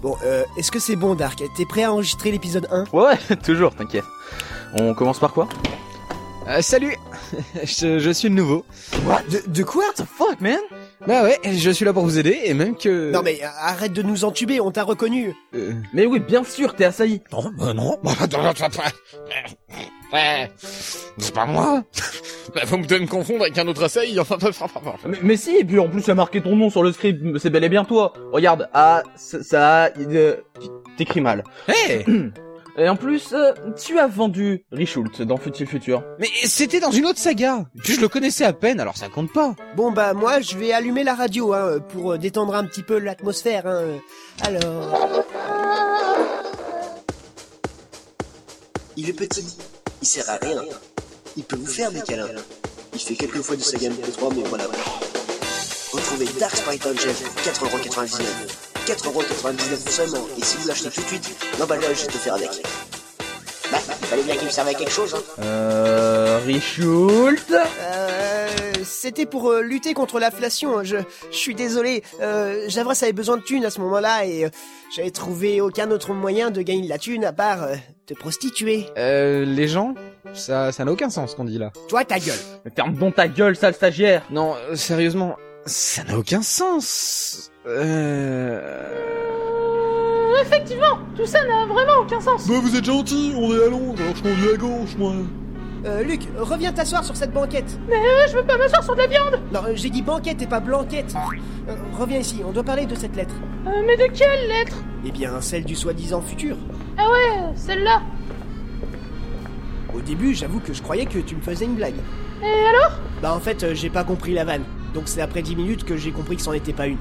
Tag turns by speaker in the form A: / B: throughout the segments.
A: Bon, euh, est-ce que c'est bon, Dark T'es prêt à enregistrer l'épisode 1
B: Ouais, ouais, toujours, t'inquiète. On commence par quoi
C: Euh, salut je, je suis le nouveau.
A: de, de quoi
B: The fuck, man
C: Bah ouais, je suis là pour vous aider, et même que...
A: Non mais euh, arrête de nous entuber, on t'a reconnu.
C: Euh,
B: Mais oui, bien sûr, t'es assailli.
D: Non, bah non. Ouais. C'est pas moi. Bah, Vous me devez me confondre avec un autre assaillant. Enfin,
B: Mais, mais si, et puis en plus, tu as marqué ton nom sur le script, c'est bel et bien toi. Regarde, ah, ça, ça, euh, t'écris mal.
C: hey
B: Et en plus, euh, tu as vendu Richult dans Futil Futur.
C: Mais c'était dans une autre saga Et Puis je le connaissais à peine, alors ça compte pas
A: Bon bah moi je vais allumer la radio hein, pour euh, détendre un petit peu l'atmosphère. Hein. Alors...
E: Il est petit, il sert à rien. Il peut vous faire des câlins. Il fait quelques fois du Saga MP3, mais voilà. Retrouvez Dark Sprite Angel pour 4,99€. 4,99€ seulement, et si vous l'achetez tout de suite, l'emballage est offert avec. Bah, il fallait bien qu'il me serve à quelque chose, hein.
B: Euh, Richult
A: Euh, C'était pour euh, lutter contre l'inflation, hein, je, je suis désolé. Euh, Javras avait besoin de thunes à ce moment-là et euh, j'avais trouvé aucun autre moyen de gagner de la thune à part euh, te prostituer.
C: Euh, les gens Ça ça n'a aucun sens ce qu'on dit là.
A: Toi ta gueule.
B: Ferme donc ta gueule, sale stagiaire
C: Non, euh, sérieusement, ça n'a aucun sens Euh...
F: Effectivement, tout ça n'a vraiment aucun sens.
G: Bah,
D: Bah, vous êtes gentil, on est à Londres, alors je conduis à gauche, moi.
A: Euh, Luc, reviens t'asseoir sur cette banquette.
F: Euh, je veux pas m'asseoir sur de la viande.
A: Non, euh, j'ai dit banquette et pas blanquette. Euh, reviens ici, on doit parler de cette lettre.
F: Euh, mais de quelle lettre
A: Eh bien, celle du soi-disant futur.
F: Ah ouais, celle-là.
A: Au début, j'avoue que je croyais que tu me faisais une blague.
F: Et alors
A: Bah en fait, euh, j'ai pas compris la vanne. Donc c'est après 10 minutes que j'ai compris que c'en était pas une.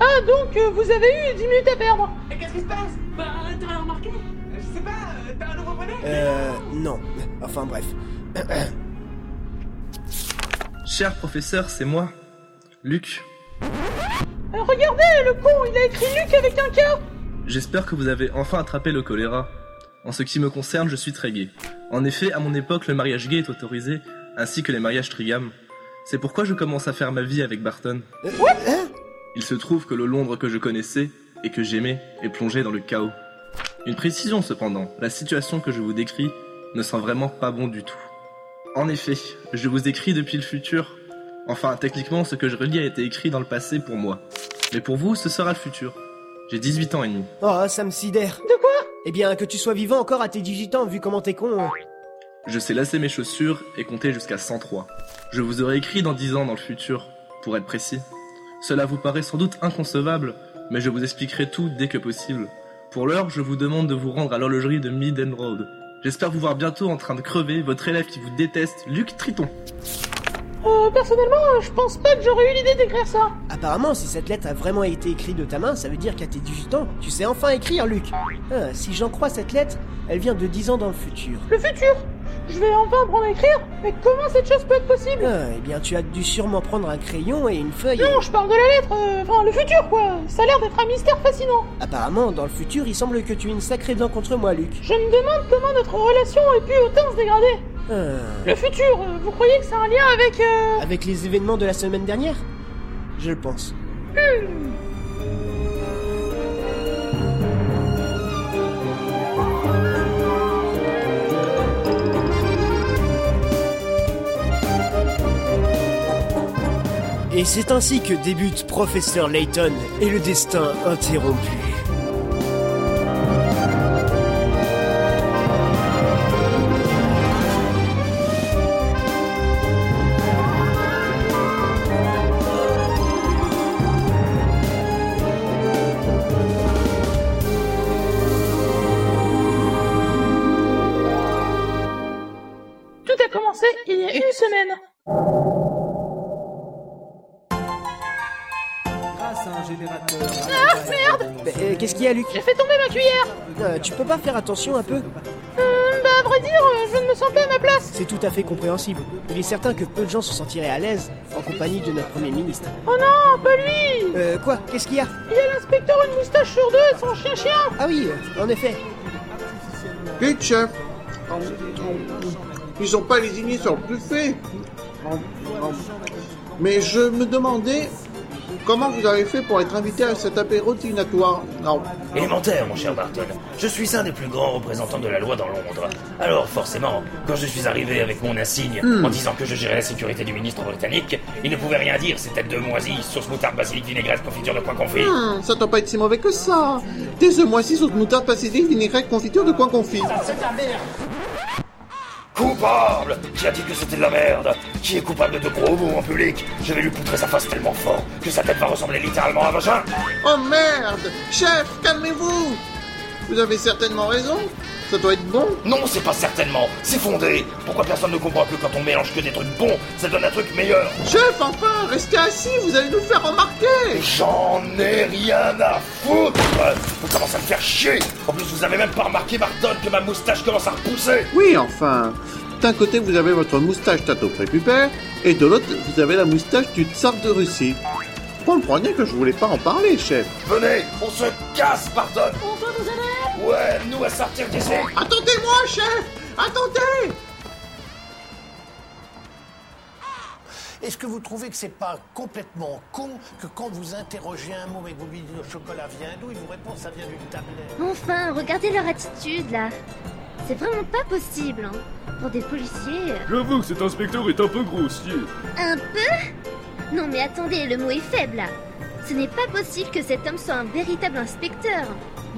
F: Ah donc, euh, vous avez eu 10 minutes à perdre.
A: Euh, non. Enfin bref.
H: Cher professeur, c'est moi, Luc.
F: Euh, regardez, le con, il a écrit Luc avec un K.
H: J'espère que vous avez enfin attrapé le choléra. En ce qui me concerne, je suis très gay. En effet, à mon époque, le mariage gay est autorisé, ainsi que les mariages trigames. C'est pourquoi je commence à faire ma vie avec Barton.
F: Euh,
A: Hein
H: Il se trouve que le Londres que je connaissais et que j'aimais est plongé dans le chaos. Une précision cependant, la situation que je vous décris ne sent vraiment pas bon du tout. En effet, je vous écris depuis le futur. Enfin, techniquement, ce que je relis a été écrit dans le passé pour moi. Mais pour vous, ce sera le futur. J'ai 18 ans et demi.
A: Oh, ça me sidère.
F: De quoi
A: Eh bien, que tu sois vivant encore à tes 18 ans, vu comment t'es con. hein.
H: Je sais lasser mes chaussures et compter jusqu'à 103. Je vous aurais écrit dans 10 ans dans le futur, pour être précis. Cela vous paraît sans doute inconcevable, mais je vous expliquerai tout dès que possible. Pour l'heure, je vous demande de vous rendre à l'horlogerie de Mid End Road. J'espère vous voir bientôt en train de crever votre élève qui vous déteste, Luc Triton.
F: Euh, personnellement, euh, je pense pas que j'aurais eu l'idée d'écrire ça.
A: Apparemment, si cette lettre a vraiment été écrite de ta main, ça veut dire qu'à tes 18 ans, tu sais enfin écrire, Luc. Ah, si j'en crois cette lettre, elle vient de 10 ans dans le futur.
F: Le futur Je vais enfin apprendre à écrire Mais comment cette chose peut être possible
A: Ah, eh bien, tu as dû sûrement prendre un crayon et une feuille.
F: Non, je parle de la lettre, euh, enfin, le futur, quoi. Ça a l'air d'être un mystère fascinant.
A: Apparemment, dans le futur, il semble que tu aies une sacrée dent contre moi, Luc.
F: Je me demande comment notre relation a pu autant se dégrader.
A: Ah,
F: Le futur, euh, vous croyez que c'est un lien avec... euh,
A: avec les événements de la semaine dernière Je le pense.
F: Hmm,
A: Et c'est ainsi que débute Professeur Layton et le destin interrompu.
F: Tout a commencé il y a une semaine.
A: Bah, euh, Qu'est-ce qu'il y a, Luc
F: Ah, J'ai fait tomber ma cuillère.
A: Euh, Tu peux pas faire attention un peu
F: Hum, bah, à vrai dire, euh, je ne me sens pas à ma place.
A: C'est tout à fait compréhensible. Il est certain que peu de gens se sentiraient à l'aise en compagnie de notre Premier ministre.
F: Oh non, pas lui
A: Euh, quoi Qu'est-ce qu'il y a
F: Il y a l'inspecteur une moustache sur deux et son chien-chien.
A: Ah oui, euh, en effet.
I: Pitcher. hein. Ils ont pas les dignes sur le buffet. Mais je me demandais, Comment vous avez fait pour être invité à cet apéro dînatoire Non.
J: Élémentaire, mon cher Barton. Je suis un des plus grands représentants de la loi dans Londres. Alors, forcément, quand je suis arrivé avec mon insigne
I: Hmm.
J: en disant que je gérais la sécurité du ministre britannique, il ne pouvait rien dire, ces têtes de moisies, sauce moutarde, basilic, vinaigrette, confiture de coin confit.
I: Hmm, ça doit pas être si mauvais que ça. Des œufs moisis, sauce moutarde, basilic, vinaigrette, confiture de coin confit.
J: Coupable Qui a dit que c'était de la merde Qui est coupable de gros mots en public Je vais lui poutrer sa face tellement fort que sa tête va ressembler littéralement à un vagin
I: Oh merde Chef, calmez-vous Vous avez certainement raison. Ça doit être bon.
J: Non, c'est pas certainement, c'est fondé Pourquoi personne ne comprend que quand on mélange que des trucs bons, ça donne un truc meilleur
I: Chef, enfin, restez assis, vous allez nous faire remarquer
J: J'en ai rien à foutre Vous commencez à me faire chier En plus, vous avez même pas remarqué, Barton, que ma moustache commence à repousser
I: Oui, enfin. D'un côté, vous avez votre moustache tato prépubère, et de l'autre, vous avez la moustache du tsar de Russie. Comprenez que je voulais pas en parler, chef.
J: Venez, on se casse, Barton
F: On peut vous aider
J: Ouais, nous à sortir d'ici
I: Attendez-moi, chef Attendez
K: Est-ce que vous trouvez que c'est pas complètement con que quand vous interrogez un mot et que vous lui dites le chocolat vient d'où, il vous répond ça vient d'une tablette
L: Enfin, regardez leur attitude là. C'est vraiment pas possible. hein. Pour des policiers, euh,
G: J'avoue que cet inspecteur est un peu grossier.
L: un peu Non mais attendez, le mot est faible là. Ce n'est pas possible que cet homme soit un véritable inspecteur.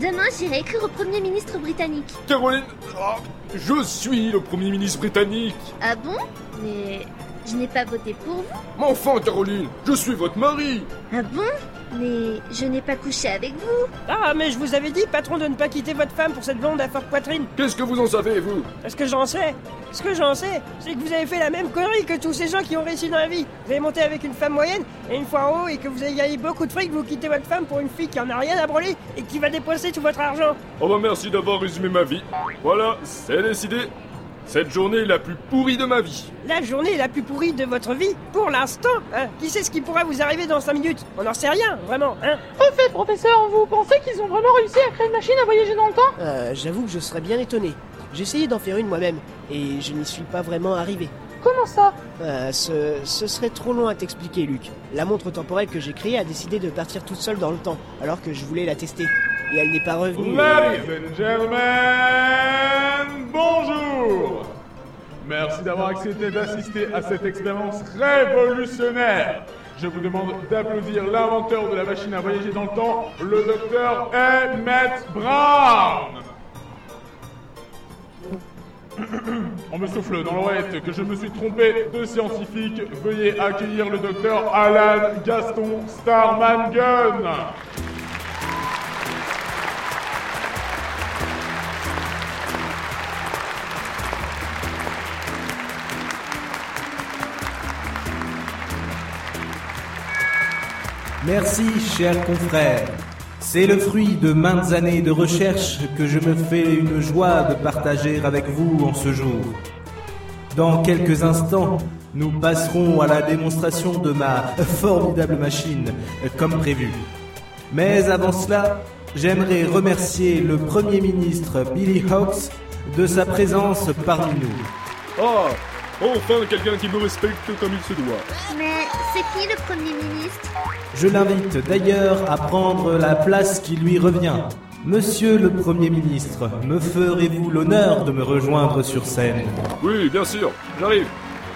L: Demain, j'irai écrire au Premier ministre britannique.
G: Caroline, ah, je suis le Premier ministre britannique.
L: Ah bon Mais je n'ai pas voté pour vous.
G: Mais enfin, Caroline, je suis votre mari.
L: Ah bon Mais je n'ai pas couché avec vous.
M: Ah, mais je vous avais dit, patron, de ne pas quitter votre femme pour cette blonde à forte poitrine.
G: Qu'est-ce que vous en savez, vous
M: Parce que j'en sais. Ce que j'en sais, c'est que vous avez fait la même connerie que tous ces gens qui ont réussi dans la vie. Vous avez monté avec une femme moyenne, et une fois en haut, et que vous avez gagné beaucoup de fric, vous quittez votre femme pour une fille qui en a rien à brûler, et qui va dépenser tout votre argent.
G: Oh bah merci d'avoir résumé ma vie. Voilà, c'est décidé. Cette journée est la plus pourrie de ma vie.
M: La journée la plus pourrie de votre vie, pour l'instant, hein. Qui sait ce qui pourra vous arriver dans 5 minutes On n'en sait rien, vraiment, hein.
F: Au fait, professeur, vous pensez qu'ils ont vraiment réussi à créer une machine à voyager dans le temps
A: Euh, J'avoue que je serais bien étonné. J'ai essayé d'en faire une moi-même, et je n'y suis pas vraiment arrivé.
F: Comment ça
A: Euh, ce, ce serait trop long à t'expliquer, Luc. La montre temporelle que j'ai créée a décidé de partir toute seule dans le temps, alors que je voulais la tester. Et elle n'est pas revenue.
G: Ladies and gentlemen, bonjour Merci d'avoir accepté d'assister à cette expérience révolutionnaire. Je vous demande d'applaudir l'inventeur de la machine à voyager dans le temps, le docteur Emmett Brown. On me souffle dans l'oreillette que je me suis trompé de scientifique. Veuillez accueillir le docteur Alan Gaston Starman Gunn.
N: Merci, chers confrères. C'est le fruit de maintes années de recherche que je me fais une joie de partager avec vous en ce jour. Dans quelques instants, nous passerons à la démonstration de ma formidable machine, comme prévu. Mais avant cela, j'aimerais remercier le Premier ministre Billy Hawkes de sa présence parmi nous.
G: Ah Enfin quelqu'un qui me respecte comme il se doit.
L: Mais c'est qui le Premier ministre
N: Je l'invite d'ailleurs à prendre la place qui lui revient. Monsieur le Premier ministre, me ferez-vous l'honneur de me rejoindre sur scène
G: Oui, bien sûr, j'arrive.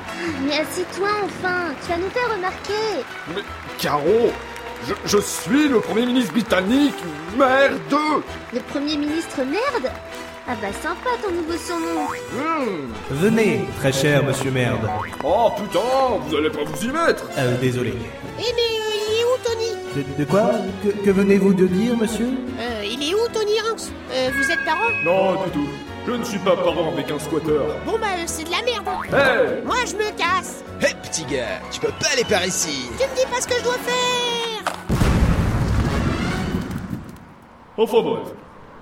L: Ah, Mais assis-toi enfin, tu vas nous faire remarquer.
G: Mais Caro, je, je suis le Premier ministre britannique, merde
L: Le Premier ministre merde Ah bah sympa ton nouveau surnom.
G: Hmm.
N: Venez, très cher monsieur Merde.
G: Oh putain, vous allez pas vous y mettre
N: Euh, désolé.
O: Eh mais euh, il est où Tony
N: De, de quoi Que, que venez-vous de dire, monsieur
O: Euh, Il est où Tony Hanks Euh, Vous êtes parent
G: Non, du tout. Je ne suis pas parent avec un squatter.
O: Bon bah euh, c'est de la merde.
G: Hey
O: Moi je me casse.
C: Hé petit gars, tu peux pas aller par ici
O: Tu me dis pas ce que je dois faire.
G: Enfin bref.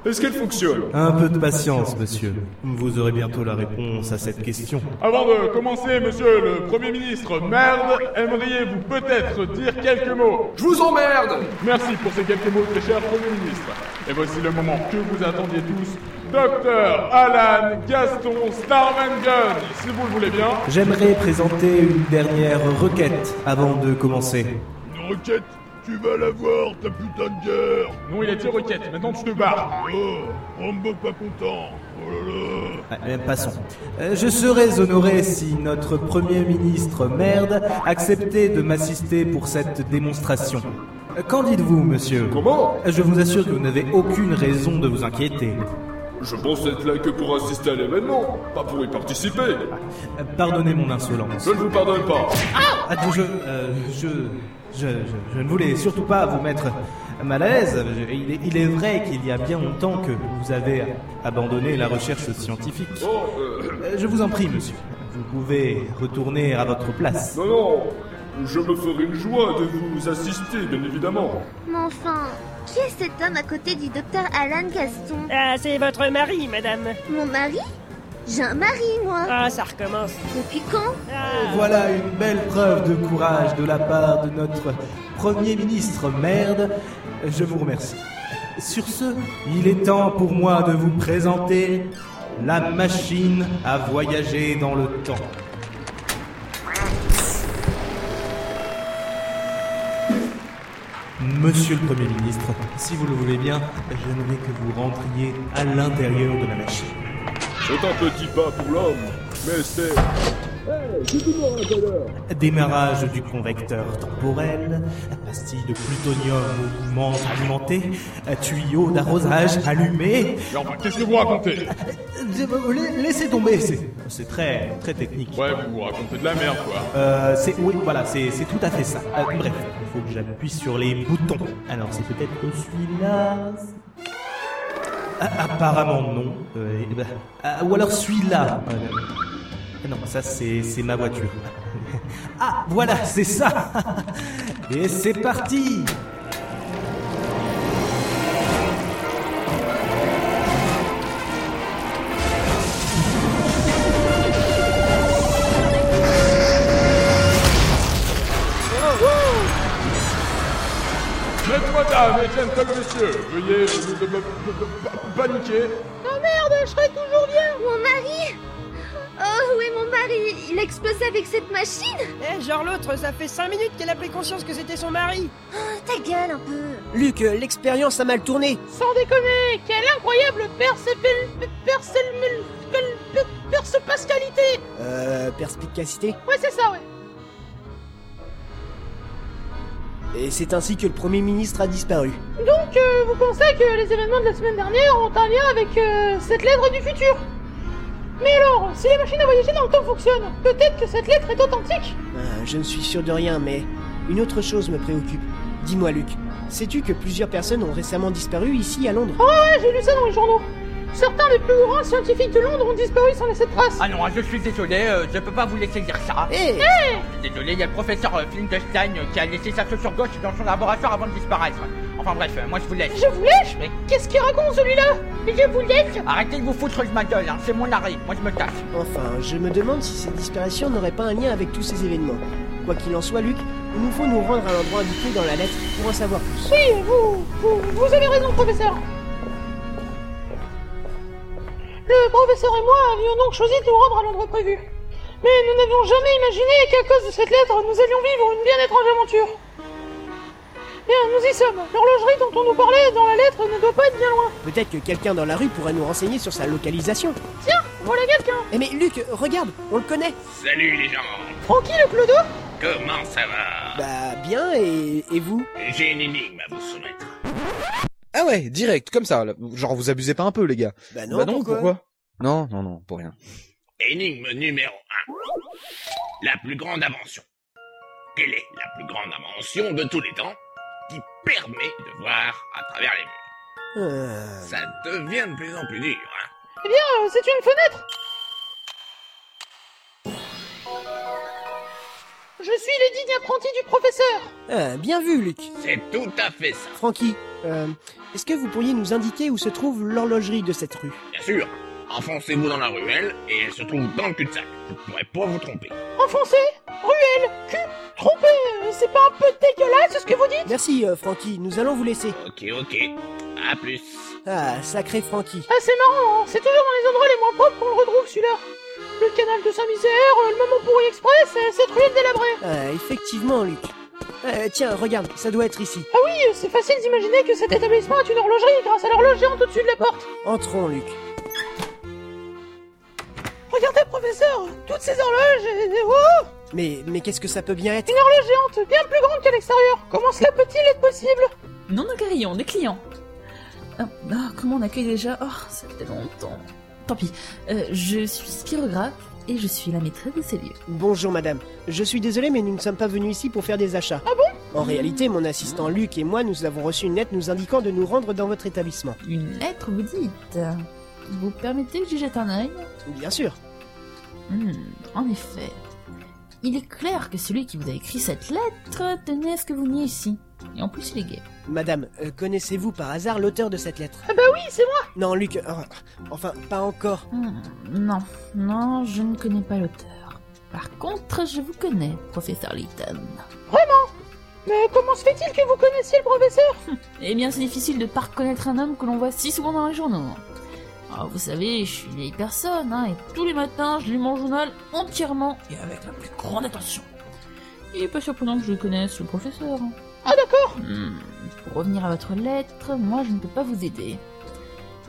G: Est-ce qu'elle fonctionne
N: Un peu de patience, monsieur. Vous aurez bientôt la réponse à cette question.
G: Avant de commencer, monsieur le Premier ministre, merde, aimeriez-vous peut-être dire quelques mots Je vous emmerde Merci pour ces quelques mots, très cher Premier ministre. Et voici le moment que vous attendiez tous. Docteur Alan Gaston Starman Gunn, si vous le voulez bien.
N: J'aimerais présenter une dernière requête avant de commencer.
G: Une requête
P: Tu vas la voir, ta putain de gueule
G: Non, il a dit requête, maintenant tu te barres
P: Oh, Rambo pas content Oh là là
N: Euh, Passons. Euh, Je serais honoré si notre Premier ministre Merde acceptait de m'assister pour cette démonstration. Euh, Qu'en dites-vous, monsieur Comment Je vous assure que vous n'avez aucune raison de vous inquiéter.
P: Je pense être là que pour assister à l'événement, pas pour y participer
N: Euh, Pardonnez mon insolence.
P: Je ne vous pardonne pas
N: Attends, je, euh, je, je, je- je ne voulais surtout pas vous mettre mal à l'aise. Je- Il est, il est vrai qu'il y a bien longtemps que vous avez abandonné la recherche scientifique. Euh, Je vous en prie, monsieur. Vous pouvez retourner à votre place.
P: Non, non Je me ferai une joie de vous assister, bien évidemment
L: Mais enfin, qui est cet homme à côté du docteur Alan Gaston
M: Ah, c'est votre mari, madame.
L: Mon mari J'ai un mari, moi.
M: Ah, ça recommence. Ah.
L: Depuis quand
N: Voilà une belle preuve de courage de la part de notre Premier ministre Merde. Je vous remercie. Sur ce, il est temps pour moi de vous présenter la machine à voyager dans le temps. Monsieur le Premier ministre, si vous le voulez bien, j'aimerais que vous rentriez à l'intérieur de la machine.
P: C'est un petit pas pour l'homme, mais c'est... Eh, j'ai du mort tout à l'heure
N: Démarrage du convecteur temporel, pastille de plutonium au mouvement alimenté, tuyau d'arrosage allumé.
G: Mais enfin, qu'est-ce que vous racontez
N: euh, Laissez tomber, c'est c'est très très technique.
G: Ouais, vous vous racontez de la merde, quoi
N: Euh, c'est oui, voilà, c'est c'est tout à fait ça. Euh, bref, il faut que j'appuie sur les boutons. Alors c'est peut-être que celui-là. Ah, apparemment non. Euh, eh ben, ah, ou alors celui-là. Euh, non, ça c'est c'est ma voiture. Ah, voilà, c'est ça. Et c'est parti.
G: Maître madame et gentlemen messieurs, veuillez vous de- de- de- de- paniquer
L: Oh merde, je serai toujours bien Mon mari Oh, où est mon mari Il a explosé avec cette machine
M: Eh, genre l'autre, ça fait 5 minutes qu'elle a pris conscience que c'était son mari
L: Oh, ta gueule un peu
A: Luc, euh, l'expérience a mal tourné.
F: Sans déconner, quelle incroyable percepel... percel... pel- percepascalité
A: Euh, perspicacité.
F: Ouais, c'est ça, ouais.
A: Et c'est ainsi que le Premier ministre a disparu.
F: Donc, euh, vous pensez que les événements de la semaine dernière ont un lien avec euh, cette lettre du futur Mais alors, si les machines à voyager dans le temps fonctionnent, peut-être que cette lettre est authentique
A: Euh, je ne suis sûr de rien, mais une autre chose me préoccupe. Dis-moi, Luc, sais-tu que plusieurs personnes ont récemment disparu ici à Londres
F: Ah ouais, j'ai lu ça dans les journaux. Certains des plus grands scientifiques de Londres ont disparu sans laisser de traces.
Q: Ah non, je suis désolé, euh, je peux pas vous laisser dire ça.
F: Eh!
Q: Eh.
A: Hey
Q: Désolé, il y a le professeur euh, Flinderstein euh, qui a laissé sa chaussure gauche dans son laboratoire avant de disparaître. Enfin bref, euh, moi je vous laisse.
F: Je vous lèche Mais qu'est-ce qu'il raconte celui-là Je vous laisse
Q: Arrêtez de vous foutre de ma gueule, hein, c'est mon arrêt, moi je me casse.
A: Enfin, je me demande si cette disparition n'aurait pas un lien avec tous ces événements. Quoi qu'il en soit, Luc, il nous faut nous rendre à l'endroit indiqué dans la lettre pour en savoir plus.
F: Oui, vous, vous, vous avez raison, professeur. Le professeur et moi avions donc choisi de nous rendre à l'endroit prévu. Mais nous n'avions jamais imaginé qu'à cause de cette lettre, nous allions vivre une bien étrange aventure. Bien, nous y sommes. L'horlogerie dont on nous parlait dans la lettre ne doit pas être bien loin.
A: Peut-être que quelqu'un dans la rue pourrait nous renseigner sur sa localisation.
F: Tiens, voilà quelqu'un.
A: Eh mais Luc, regarde, on le connaît.
R: Salut les gens
F: Francky le clodo
R: Comment ça va
A: Bah bien, et, et vous
R: J'ai une énigme à vous soumettre.
C: Ah ouais, direct, comme ça. là. Genre, vous abusez pas un peu, les gars.
A: Bah
R: non, Bah non, pourquoi pourquoi
C: Non, non, non, pour rien.
R: Énigme numéro 1. La plus grande invention. Quelle est la plus grande invention de tous les temps qui permet de voir à travers les murs
A: Euh.
R: Ça devient de plus en plus dur, hein
F: Eh bien, euh, c'est une fenêtre Je suis le digne apprenti du professeur
A: Ah, bien vu, Luc.
R: C'est tout à fait ça.
A: Francky, euh, est-ce que vous pourriez nous indiquer où se trouve l'horlogerie de cette rue
R: Bien sûr, enfoncez-vous dans la ruelle et elle se trouve dans le cul-de-sac. Vous ne pourrez pas vous tromper.
F: Enfoncé, ruelle, cul, trompé, euh, c'est pas un peu dégueulasse ce que vous dites
A: Merci, euh, Francky, nous allons vous laisser.
R: Ok, ok. À plus.
A: Ah, sacré Francky.
F: Ah, c'est marrant, hein, c'est toujours dans les endroits les moins propres qu'on le retrouve celui-là Le canal de Saint-Misère, euh, le moment pourri express et cette ruelle délabrée
A: Ah, effectivement, Luc. Euh, tiens, regarde, ça doit être ici.
F: Ah oui, euh, c'est facile d'imaginer que cet établissement est une horlogerie grâce à l'horloge géante au-dessus de la porte.
A: Entrons, Luc.
F: Regardez, professeur, toutes ces horloges et... et- Oh
A: Mais, mais qu'est-ce que ça peut bien être
F: Une horloge géante, bien plus grande qu'à l'extérieur. Comment cela peut-il être possible
S: Non, non, carillon, des clients. Ah, ah, comment on accueille déjà Oh, ça fait longtemps. Tant pis, Euh, je suis spirographe et je suis la maîtresse de ces lieux.
A: Bonjour madame. Je suis désolé mais nous ne sommes pas venus ici pour faire des achats. Ah bon En réalité, mon assistant Luc et moi, nous avons reçu une lettre nous indiquant de nous rendre dans votre établissement.
S: Une lettre, Eh, vous dites Vous permettez que j'y jette un œil
A: Bien sûr.
S: Hmm, en effet. Il est clair que celui qui vous a écrit cette lettre tenait à ce que vous veniez ici. Et en plus, il est gay.
A: Madame, euh, connaissez-vous par hasard l'auteur de cette lettre
F: Ah bah oui, c'est moi
A: Non, Luc, euh, enfin, pas encore.
S: Hmm, Non, non, je ne connais pas l'auteur. Par contre, je vous connais, professeur Lytton.
F: Vraiment Mais comment se fait-il que vous connaissiez le professeur
S: Eh bien, c'est difficile de pas reconnaître un homme que l'on voit si souvent dans les journaux. Alors, vous savez, je suis une vieille personne, hein, et tous les matins, je lis mon journal entièrement et avec la plus grande attention. Il est pas surprenant que je connaisse le professeur. hein.
F: Ah d'accord
S: Pour revenir à votre lettre, moi, je ne peux pas vous aider.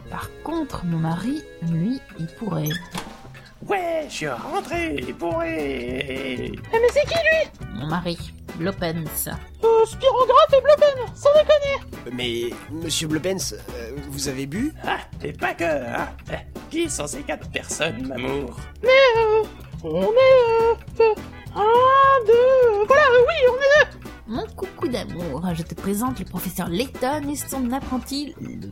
S: Par contre, mon mari, lui, il pourrait.
O: Ouais,
A: Eh,
O: je suis rentré bourré.
F: Mais c'est qui lui
S: Mon mari, Lopens.
F: Euh, Spirographe et Blopen, sans déconner
A: Mais, monsieur Blopens, euh, vous avez bu
O: Ah, t'es pas que, hein Qui sont ces quatre personnes, m'amour
F: Mais euh, on est euh, euh, un, deux, euh, voilà, euh, oui, on est deux.
S: Mon coucou d'amour, je te présente le professeur Layton et son apprenti, le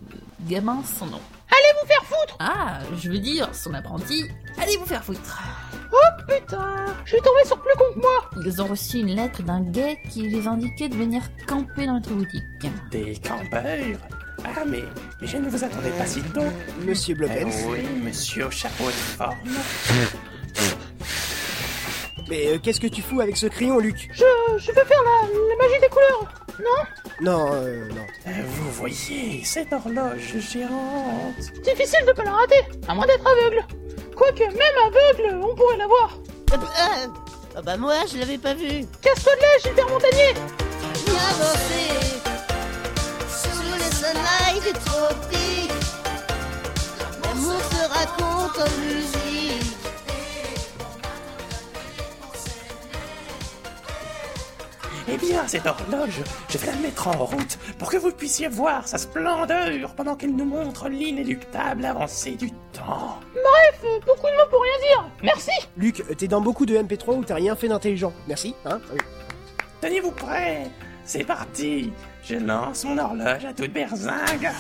S: gamin sans nom.
F: Allez vous faire foutre
S: Ah, je veux dire, son apprenti, allez vous faire foutre
F: Oh putain, je suis tombé sur plus con que moi
S: Ils ont reçu une lettre d'un gay qui les indiquait de venir camper dans notre boutique.
O: Des campeurs Ah, mais, mais je ne vous attendais pas si tôt.
A: Monsieur Blopens
O: Eh Oui, monsieur au chapeau de forme.
A: Mais euh, qu'est-ce que tu fous avec ce crayon, Luc
F: Je, je veux faire la, la magie des couleurs, non
A: Non, euh, non.
O: Vous voyez cette horloge géante
F: Difficile de pas la rater, à moins d'être aveugle. Quoique, même aveugle, on pourrait la voir.
T: Euh, Ah bah moi, je l'avais pas vu.
F: Casse-toi de là, Gilbert Montagnier
T: M'avancer sous le soleil des tropiques. L'amour se raconte en musique.
O: Eh bien, cette horloge, je vais la mettre en route pour que vous puissiez voir sa splendeur pendant qu'elle nous montre l'inéluctable avancée du temps.
F: Bref, euh, beaucoup de mots pour rien dire. Merci
A: Luc, euh, t'es dans beaucoup de MP3 où t'as rien fait d'intelligent. Merci, hein Oui.
O: Tenez-vous prêts C'est parti Je lance mon horloge à toute berzingue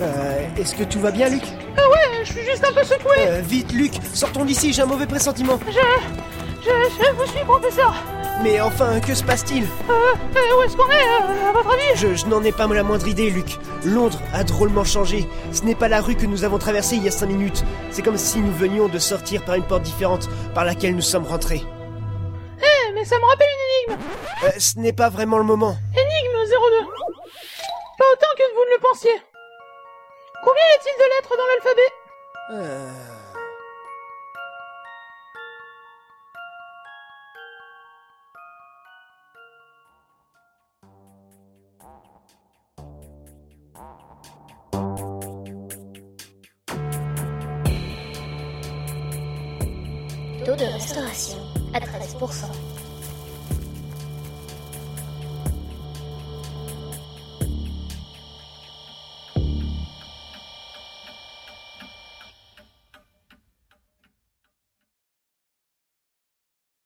A: Euh, Est-ce que tout va bien, Luc
F: Ah ouais, je suis juste un peu secoué.
A: Euh, Vite, Luc, sortons d'ici, j'ai un mauvais pressentiment.
F: Je, je, je vous suis, professeur.
A: Mais enfin, que se passe-t-il
F: Euh, euh, où est-ce qu'on est, euh, à votre avis
A: Je, je n'en ai pas la moindre idée, Luc. Londres a drôlement changé. Ce n'est pas la rue que nous avons traversée il y a cinq minutes. C'est comme si nous venions de sortir par une porte différente par laquelle nous sommes rentrés.
F: Eh, mais ça me rappelle une énigme.
A: Euh, ce n'est pas vraiment le moment.
F: Énigme 02. Pas autant que vous ne le pensiez. Combien y a-t-il de lettres dans l'alphabet
A: Euh,
U: Taux de restauration à 13%.